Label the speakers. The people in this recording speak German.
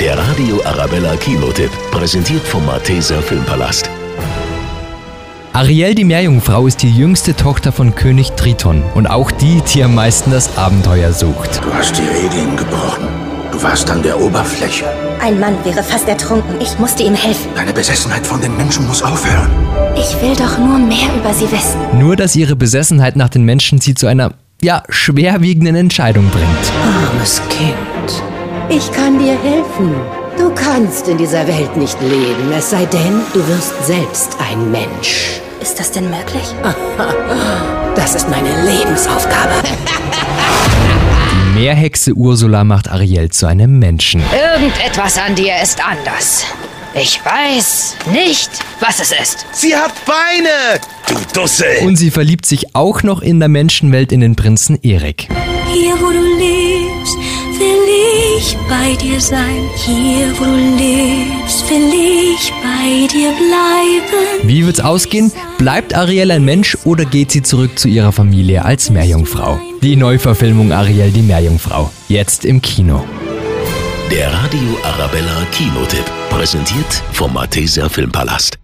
Speaker 1: Der Radio Arabella Kinotipp, präsentiert vom Malteser Filmpalast.
Speaker 2: Ariel, die Meerjungfrau, ist die jüngste Tochter von König Triton und auch die, die am meisten das Abenteuer sucht.
Speaker 3: Du hast die Regeln gebrochen. Du warst an der Oberfläche.
Speaker 4: Ein Mann wäre fast ertrunken. Ich musste ihm helfen.
Speaker 3: Deine Besessenheit von den Menschen muss aufhören.
Speaker 4: Ich will doch nur mehr über sie wissen.
Speaker 2: Nur, dass ihre Besessenheit nach den Menschen sie zu einer, ja, schwerwiegenden Entscheidung bringt.
Speaker 5: Armes Kind. Ich kann dir helfen. Du kannst in dieser Welt nicht leben, es sei denn, du wirst selbst ein Mensch.
Speaker 4: Ist das denn möglich?
Speaker 5: Das ist meine Lebensaufgabe.
Speaker 2: Die Meerhexe Ursula macht Ariel zu einem Menschen.
Speaker 6: Irgendetwas an dir ist anders. Ich weiß nicht, was es ist.
Speaker 3: Sie hat Beine! Du Dussel!
Speaker 2: Und sie verliebt sich auch noch in der Menschenwelt in den Prinzen Erik.
Speaker 7: Hier, wo du lebst, will ich bei dir sein. Hier, wo du lebst, will ich bei dir bleiben.
Speaker 2: Wie wird's ausgehen? Bleibt Ariel ein Mensch oder geht sie zurück zu ihrer Familie als Meerjungfrau? Die Neuverfilmung Ariel, die Meerjungfrau. Jetzt im Kino.
Speaker 1: Der Radio Arabella Kinotipp, präsentiert vom Malteser Filmpalast.